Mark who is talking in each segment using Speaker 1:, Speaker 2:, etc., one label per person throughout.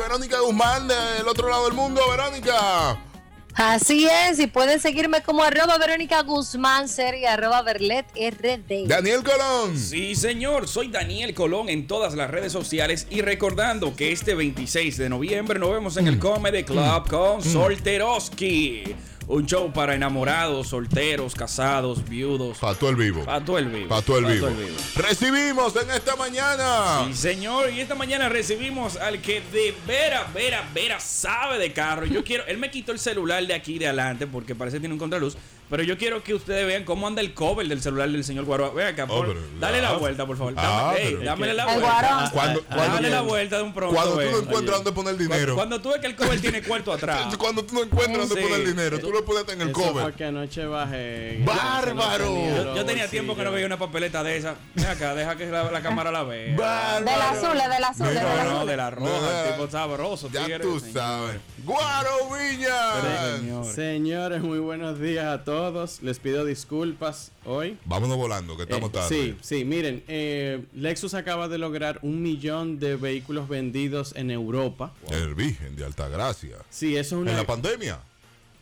Speaker 1: Verónica Guzmán del otro lado del mundo. Verónica.
Speaker 2: Así es, y pueden seguirme como arroba Verónica Guzmán Ser y arroba Berlet RD.
Speaker 1: Daniel Colón.
Speaker 3: Sí, señor, soy Daniel Colón en todas las redes sociales y recordando que este 26 de noviembre nos vemos
Speaker 1: Mm.
Speaker 3: en el Comedy Club con Solteroski. Un show para enamorados, solteros, casados, viudos.
Speaker 1: Pa' todo el vivo.
Speaker 3: Para todo el vivo.
Speaker 1: Pa' todo el
Speaker 3: Pa'
Speaker 1: vivo. Recibimos en esta mañana.
Speaker 3: Sí, señor, y esta mañana recibimos al que de vera, vera, vera sabe de carro. Yo quiero, él me quitó el celular de aquí de adelante porque parece que tiene un contraluz, pero yo quiero que ustedes vean cómo anda el cover del celular del señor Guaroa. Ven acá,
Speaker 1: Oh,
Speaker 3: por-
Speaker 1: pero-
Speaker 3: dale la
Speaker 1: ah.
Speaker 3: vuelta, por favor. Dame,
Speaker 1: Ah,
Speaker 3: ey,
Speaker 1: pero-
Speaker 3: dámele la
Speaker 2: El
Speaker 3: vuelta.
Speaker 4: Ah,
Speaker 2: Guaroa.
Speaker 1: Cuando-
Speaker 3: dale
Speaker 1: cuando-
Speaker 3: la vuelta de un pronto.
Speaker 1: Cuando tú
Speaker 3: ven.
Speaker 1: no encuentras dónde poner dinero.
Speaker 3: Cuando tú ves que el cover tiene cuarto atrás.
Speaker 1: Cuando tú no encuentras dónde
Speaker 3: Sí.
Speaker 1: poner dinero, tú lo pones en el
Speaker 4: Eso fue
Speaker 1: cover.
Speaker 4: que anoche bajé.
Speaker 1: ¡Bárbaro!
Speaker 4: Se lo
Speaker 3: Yo, yo tenía
Speaker 4: bolsillo.
Speaker 3: tiempo que no veía una papeleta de esa. Ven acá, deja que la, la cámara la vea.
Speaker 1: Bárbaro.
Speaker 2: Del azul, del azul, del
Speaker 1: Mira,
Speaker 3: No,
Speaker 2: azul.
Speaker 3: no, de la roja, el tipo sabroso.
Speaker 1: Ya
Speaker 3: tigre,
Speaker 1: tú
Speaker 3: señor.
Speaker 1: sabes. Guaro Viña.
Speaker 3: Señor.
Speaker 4: Señores, muy buenos días a todos. Les pido disculpas hoy.
Speaker 1: Vámonos volando, que estamos
Speaker 4: Eh,
Speaker 1: tarde.
Speaker 4: Sí, sí, miren, eh, Lexus acaba de lograr un millón de vehículos vendidos en Europa.
Speaker 1: El Virgen de Altagracia.
Speaker 4: Sí, eso es
Speaker 1: En
Speaker 4: una...
Speaker 1: la pandemia.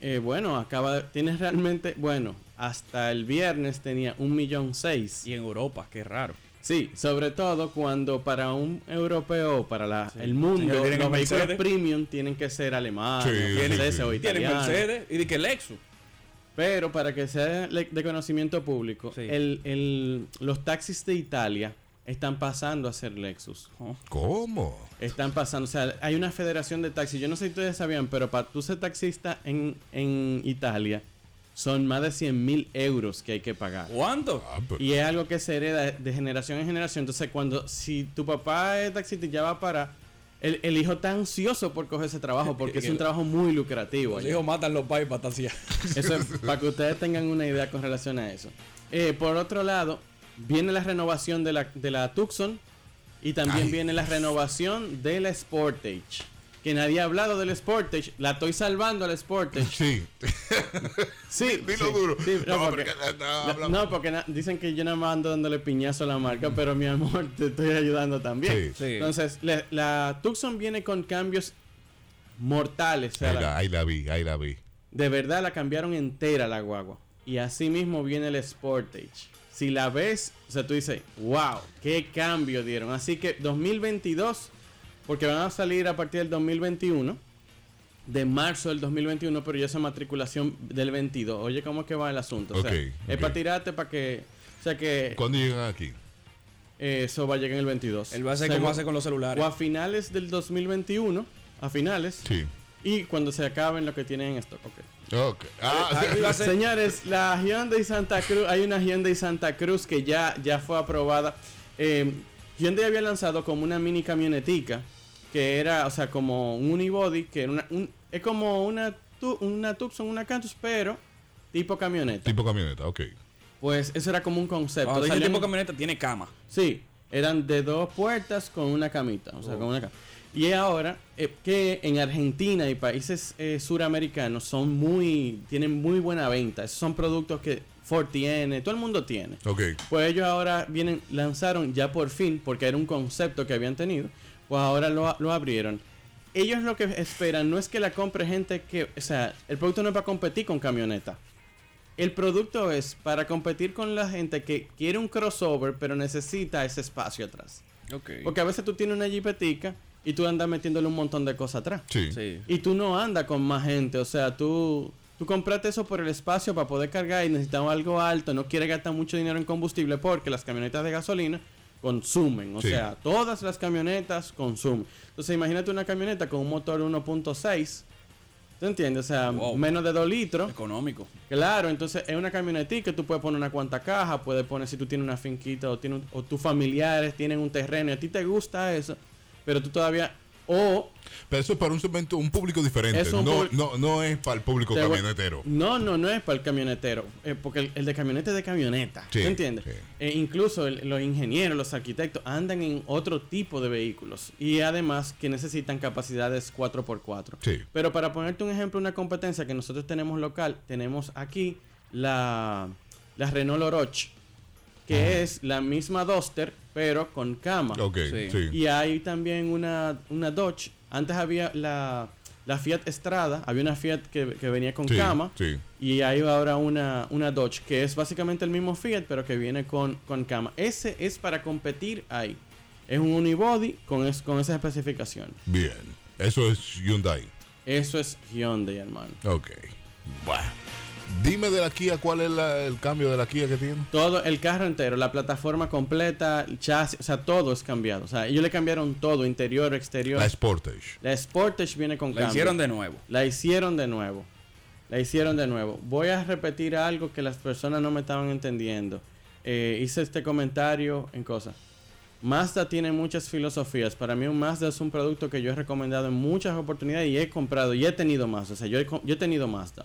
Speaker 4: eh, bueno, acaba de... Tienes realmente... Bueno, hasta el viernes tenía un millón seis.
Speaker 3: Y en Europa, qué raro.
Speaker 4: Sí, sobre todo cuando para un europeo, para la, el
Speaker 3: Señores,
Speaker 4: mundo,
Speaker 3: tienen
Speaker 4: los
Speaker 3: un
Speaker 4: vehículos
Speaker 3: Mercedes.
Speaker 4: premium tienen que ser alemanes,
Speaker 1: Sí, sí,
Speaker 4: franceses
Speaker 1: sí.
Speaker 4: o
Speaker 3: Tienen
Speaker 4: italianos.
Speaker 3: Mercedes y de que Lexus.
Speaker 4: Pero para que sea le- de conocimiento público,
Speaker 3: Sí.
Speaker 4: el, el- los taxis de Italia están pasando a ser Lexus.
Speaker 1: ¿Cómo?
Speaker 4: Están pasando, o sea, hay una federación de taxis. Yo no sé si ustedes sabían, pero para tú ser taxista en, en Italia son más de 100 mil euros que hay que pagar.
Speaker 3: ¿Cuánto?
Speaker 1: Ah, pero-
Speaker 4: Y es algo que se hereda de generación en generación. Entonces, cuando si tu papá es taxista y ya va para... El, el hijo está ansioso por coger ese trabajo porque es un trabajo muy lucrativo.
Speaker 3: Los
Speaker 4: allá.
Speaker 3: hijos matan los pais para tasear.
Speaker 4: Eso es para que ustedes tengan una idea con relación a eso. Eh, por otro lado, viene la renovación de la, de la Tucson y también
Speaker 1: Ay.
Speaker 4: viene la renovación de la Sportage. Que nadie ha hablado del Sportage. La estoy salvando a la Sportage.
Speaker 1: Sí.
Speaker 4: Sí,
Speaker 1: Dilo
Speaker 4: sí,
Speaker 1: duro.
Speaker 4: sí, no,
Speaker 1: No, eh,
Speaker 4: porque,
Speaker 1: porque- no,
Speaker 4: la-
Speaker 1: hablamos.
Speaker 4: no, porque na- dicen que yo nada más ando dándole piñazo a la marca, pero mi amor, te estoy ayudando
Speaker 1: Sí.
Speaker 4: también.
Speaker 3: Sí.
Speaker 4: Entonces, le- la Tucson viene con cambios mortales. o sea,
Speaker 1: Ahí
Speaker 4: la-
Speaker 1: la, ahí la vi, ahí la vi.
Speaker 4: de verdad la cambiaron entera la guagua. Y así mismo viene el Sportage. Si la ves, o sea, tú dices, wow, qué cambio dieron. Así que 2022, porque van a salir a partir del 2021, de marzo del 2021, pero ya esa matriculación del 22. Oye, ¿cómo es que va el asunto? O sea,
Speaker 1: Ok,
Speaker 4: es
Speaker 1: ok.
Speaker 4: para tirarte para que... O sea que
Speaker 1: ¿Cuándo llegan aquí?
Speaker 4: eh, eso va a llegar en el 22.
Speaker 3: Él va a hacer como
Speaker 4: Según-
Speaker 3: hace con los celulares.
Speaker 4: O a finales del 2021, a finales,
Speaker 1: Sí.
Speaker 4: y cuando se acaben lo que tienen en stock. ok.
Speaker 1: Ok. Ah,
Speaker 3: Ahí va a ser-
Speaker 4: Señores, la Hyundai Santa Cruz, hay una Hyundai Santa Cruz que ya, ya fue aprobada. Eh, Hyundai había lanzado como una mini camionetica, que era, o sea, como un unibody, que era una, un- es como una, tu- una Tucson, una Cantus, pero tipo camioneta.
Speaker 1: tipo camioneta, ok.
Speaker 4: Pues eso era como un concepto.
Speaker 3: Cuando sea,
Speaker 4: Ellos
Speaker 3: el tipo
Speaker 4: tienen-
Speaker 3: camioneta tiene cama.
Speaker 4: Sí, eran de dos puertas con una camita, o sea, con una cama. Y ahora eh, que en Argentina y países eh, suramericanos son muy tienen muy buena venta, esos son productos que Ford tiene, todo el mundo tiene.
Speaker 1: Ok.
Speaker 4: Pues ellos ahora vienen lanzaron ya por fin porque era un concepto que habían tenido, pues ahora lo, lo abrieron. Ellos lo que esperan no es que la compre gente que, o sea, el producto no es para competir con camioneta. El producto es para competir con la gente que quiere un crossover, pero necesita ese espacio atrás.
Speaker 3: Ok.
Speaker 4: Porque a veces tú tienes una jipetica y tú andas metiéndole un montón de cosas atrás.
Speaker 1: Sí.
Speaker 3: Sí.
Speaker 4: Y tú no andas con más gente, o sea, tú, tú compraste eso por el espacio para poder cargar y necesitamos algo alto, no quieres gastar mucho dinero en combustible porque las camionetas de gasolina consumen, o
Speaker 1: Sí.
Speaker 4: sea, todas las camionetas consumen. Entonces imagínate una camioneta con un motor 1.6, ¿te entiendes? O sea,
Speaker 3: Wow.
Speaker 4: menos de 2 litros.
Speaker 3: Económico.
Speaker 4: Claro, entonces es una camionetica, tú puedes poner una cuanta caja, puedes poner si tú tienes una finquita o, tienes un- o tus familiares tienen un terreno y a ti te gusta eso, pero tú todavía... O
Speaker 1: Pero eso es para un segmento, un público diferente.
Speaker 4: Es un
Speaker 1: no,
Speaker 4: público-
Speaker 1: no, no es para el público
Speaker 4: Te voy-
Speaker 1: camionetero.
Speaker 4: No, no, no es para el camionetero. eh, porque el, el de camioneta es de camioneta.
Speaker 1: Sí,
Speaker 4: ¿Me entiendes?
Speaker 1: sí.
Speaker 4: Eh, incluso el- los ingenieros, los arquitectos andan en otro tipo de vehículos. Y además que necesitan capacidades 4x4.
Speaker 1: Sí.
Speaker 4: Pero para ponerte un ejemplo, una competencia que nosotros tenemos local, tenemos aquí la, la Renault Oroch. Que es la misma Duster, pero con cama.
Speaker 1: Ok, sí.
Speaker 3: Sí.
Speaker 4: Y hay también una, una Dodge Antes había la, la Fiat Estrada, había una Fiat que, que venía con
Speaker 1: Sí,
Speaker 4: cama.
Speaker 1: sí.
Speaker 4: Y ahí va ahora una, una Dodge, que es básicamente el mismo Fiat, pero que viene con, con cama. Ese es para competir ahí. Es un unibody con, es- con esas especificaciones.
Speaker 1: Bien. Eso es Hyundai.
Speaker 4: Eso es Hyundai, hermano.
Speaker 1: Ok. Bueno. Dime de la Kia cuál es la- el cambio de la Kia que tiene.
Speaker 4: Todo el carro entero, la plataforma completa, el chasis, o sea, todo es cambiado. O sea, ellos le cambiaron todo, interior, exterior.
Speaker 1: La Sportage.
Speaker 4: La Sportage viene con
Speaker 3: La
Speaker 4: cambio.
Speaker 3: hicieron de nuevo.
Speaker 4: La hicieron de nuevo. La hicieron de nuevo. Voy a repetir algo que las personas no me estaban entendiendo. Eh, hice este comentario en cosas. Mazda tiene muchas filosofías. Para mí un Mazda es un producto que yo he recomendado en muchas oportunidades y he comprado y he tenido Mazda. O sea, yo he, co- yo he tenido Mazda.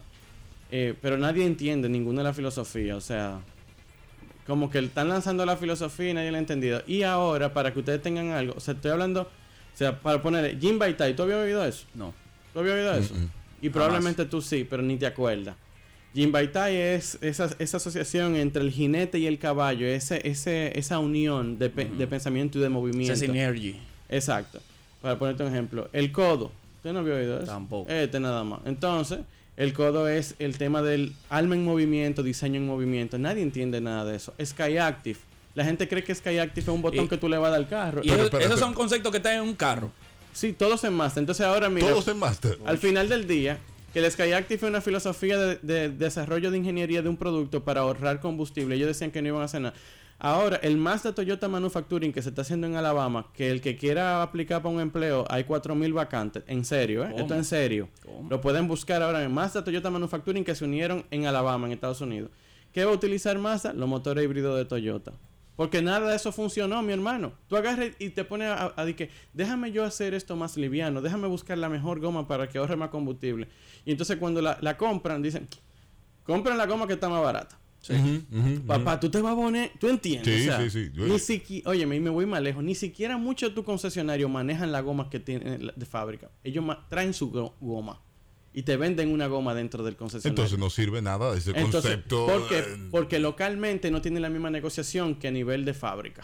Speaker 4: Eh, pero nadie entiende ninguna de las filosofías. O sea, como que están lanzando la filosofía y nadie la ha entendido. Y ahora, para que ustedes tengan algo, o sea, estoy hablando, o sea, para poner Jim Baitai, ¿tú habías oído eso?
Speaker 3: No.
Speaker 4: ¿Tú habías oído eso? Y probablemente tú sí, pero ni te acuerdas. Jinbaitai es esa, esa asociación entre el jinete y el caballo, ese, ese, esa unión de, pe- de pensamiento y de movimiento.
Speaker 3: Esa Synergy.
Speaker 4: Exacto. Para ponerte un ejemplo, el codo. ¿Usted no había oído eso?
Speaker 3: Tampoco.
Speaker 4: Este nada más. Entonces, el codo es el tema del alma en movimiento, diseño en movimiento. Nadie entiende nada de eso. Sky Active. La gente cree que Sky Active es un botón
Speaker 3: Y-
Speaker 4: que tú le vas a dar al carro.
Speaker 3: Y
Speaker 1: Pero,
Speaker 3: eso-
Speaker 1: espera,
Speaker 3: esos
Speaker 1: espera.
Speaker 3: son conceptos que están en un carro.
Speaker 4: sí, todos en más. Entonces ahora mira.
Speaker 1: Todos en Master.
Speaker 4: Al final del día, que el Sky Active es una filosofía de, de desarrollo de ingeniería de un producto para ahorrar combustible. Ellos decían que no iban a hacer nada. Ahora, el Mazda Toyota Manufacturing que se está haciendo en Alabama, que el que quiera aplicar para un empleo, hay 4.000 vacantes. En serio, ¿eh?
Speaker 3: ¿Cómo?
Speaker 4: Esto en serio.
Speaker 3: ¿Cómo?
Speaker 4: Lo pueden buscar ahora en Mazda Toyota Manufacturing que se unieron en Alabama, en Estados Unidos. ¿Qué va a utilizar Mazda? Los motores híbridos de Toyota. Porque nada de eso funcionó, mi hermano. Tú agarras y te pones a, a di que, déjame yo hacer esto más liviano, déjame buscar la mejor goma para que ahorre más combustible. Y entonces cuando la, la compran, dicen, compran la goma que está más barata.
Speaker 1: Ujú, ujú.
Speaker 4: Papá, tú te vas a poner, tú entiendes.
Speaker 1: Sí,
Speaker 4: o
Speaker 1: sí,
Speaker 4: sea,
Speaker 1: sí. Yo-
Speaker 4: Ni siqui- oye, me me voy más lejos. Ni siquiera muchos de tus concesionarios manejan las gomas que tienen la- de fábrica. Ellos ma- traen su go- goma y te venden una goma dentro del concesionario.
Speaker 1: Entonces no sirve nada ese
Speaker 4: Entonces,
Speaker 1: concepto.
Speaker 4: ¿por qué?
Speaker 1: eh,
Speaker 4: Porque localmente no tiene la misma negociación que a nivel de fábrica.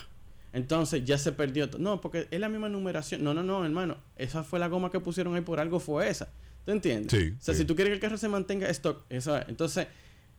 Speaker 4: Entonces ya se perdió. to- No, porque es la misma numeración. No, no, no, hermano. Esa fue la goma que pusieron ahí por algo, fue esa. ¿Te entiendes?
Speaker 1: Sí,
Speaker 4: O sea,
Speaker 1: sí.
Speaker 4: si tú quieres que el carro se mantenga stock, eso es. Entonces,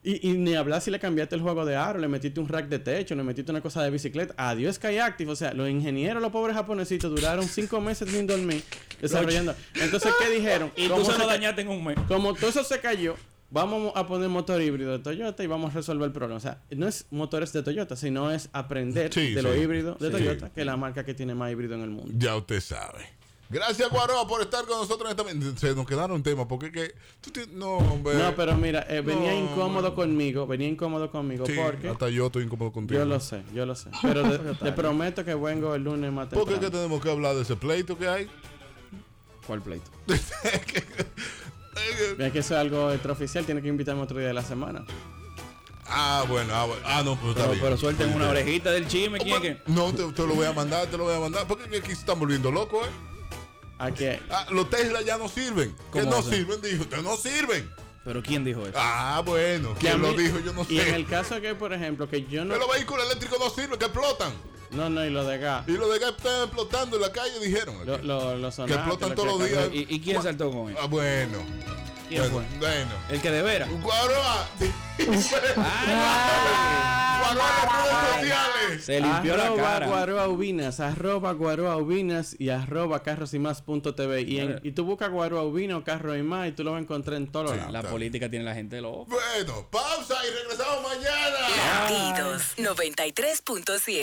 Speaker 4: y, y ni hablar si le cambiaste el juego de aro, le metiste un rack de techo, le metiste una cosa de bicicleta. Adiós, Sky Active. O sea, los ingenieros, los pobres japonesitos, duraron cinco meses sin dormir desarrollando. Entonces, ¿qué dijeron?
Speaker 3: Y tú
Speaker 4: ¿Cómo
Speaker 3: se
Speaker 4: se
Speaker 3: lo
Speaker 4: ca-
Speaker 3: dañaste en un mes.
Speaker 4: como todo eso se cayó, vamos a poner motor híbrido de Toyota y vamos a resolver el problema. O sea, no es motores de Toyota, sino es aprender
Speaker 1: Sí,
Speaker 4: de lo
Speaker 1: sí.
Speaker 4: híbrido de
Speaker 1: Sí.
Speaker 4: Toyota, que es la marca que tiene más híbrido en el mundo.
Speaker 1: Ya usted sabe. Gracias, Guaroa, por estar con nosotros. en esta- Se nos quedaron temas porque es que. tú tienes- No, hombre.
Speaker 4: No, pero mira, eh, venía
Speaker 1: No,
Speaker 4: incómodo
Speaker 1: mano.
Speaker 4: conmigo, venía incómodo conmigo
Speaker 1: Sí,
Speaker 4: porque
Speaker 1: hasta yo estoy incómodo contigo.
Speaker 4: yo lo sé, yo lo sé. Pero de- te prometo que vengo el lunes más
Speaker 1: ¿Por qué es que
Speaker 4: temprano.
Speaker 1: tenemos que hablar de ese pleito que hay?
Speaker 3: ¿Cuál pleito?
Speaker 4: Mira que eso es algo extraoficial, tiene que invitarme otro día de la semana.
Speaker 1: Ah, bueno, ah, bueno. Ah, no, pero está
Speaker 3: Pero,
Speaker 1: bien.
Speaker 3: pero suelten una orejita del chisme. ¿Quién es que?
Speaker 1: No, te, te lo voy a mandar, te lo voy a mandar. Porque es que aquí se están volviendo locos, ¿eh?
Speaker 4: ¿A qué?
Speaker 1: Ah, los Tesla ya no sirven. Que
Speaker 3: ¿Cómo
Speaker 1: no
Speaker 3: hacen?
Speaker 1: sirven, dijo. Ustedes no sirven.
Speaker 3: ¿Pero quién dijo eso?
Speaker 1: Ah, bueno.
Speaker 4: Que a
Speaker 1: ¿Quién lo
Speaker 4: mí-
Speaker 1: dijo? Yo no sé.
Speaker 4: Y en el caso que, por ejemplo, que yo no...
Speaker 1: Que los vehículos eléctricos no sirven, que explotan.
Speaker 4: No, no, y lo de gas.
Speaker 1: Y los de gas están explotando en la calle, dijeron.
Speaker 4: Lo, lo, lo
Speaker 1: que
Speaker 4: sonante,
Speaker 1: explotan
Speaker 4: lo
Speaker 1: todos los
Speaker 4: que-
Speaker 1: días.
Speaker 3: ¿Y, y quién saltó con él?
Speaker 1: Ah, bueno.
Speaker 3: ¿Quién
Speaker 1: bueno, bueno.
Speaker 3: ¿El que de veras?
Speaker 1: Guaroa. Guaroa en redes sociales.
Speaker 3: Se limpió la
Speaker 4: arroba
Speaker 3: cara.
Speaker 4: Guaroa Ubinas, arroba Guaroa Ubinas y arroba carros y más punto TV. Y, en-
Speaker 3: Claro.
Speaker 4: y tú buscas Guaroa Ubina o carro y más y tú lo vas a encontrar en todos
Speaker 1: Sí.
Speaker 4: lados.
Speaker 3: La
Speaker 1: Está
Speaker 3: política tiene la gente loca.
Speaker 1: Bueno, pausa y regresamos mañana.
Speaker 5: Latidos 93.7.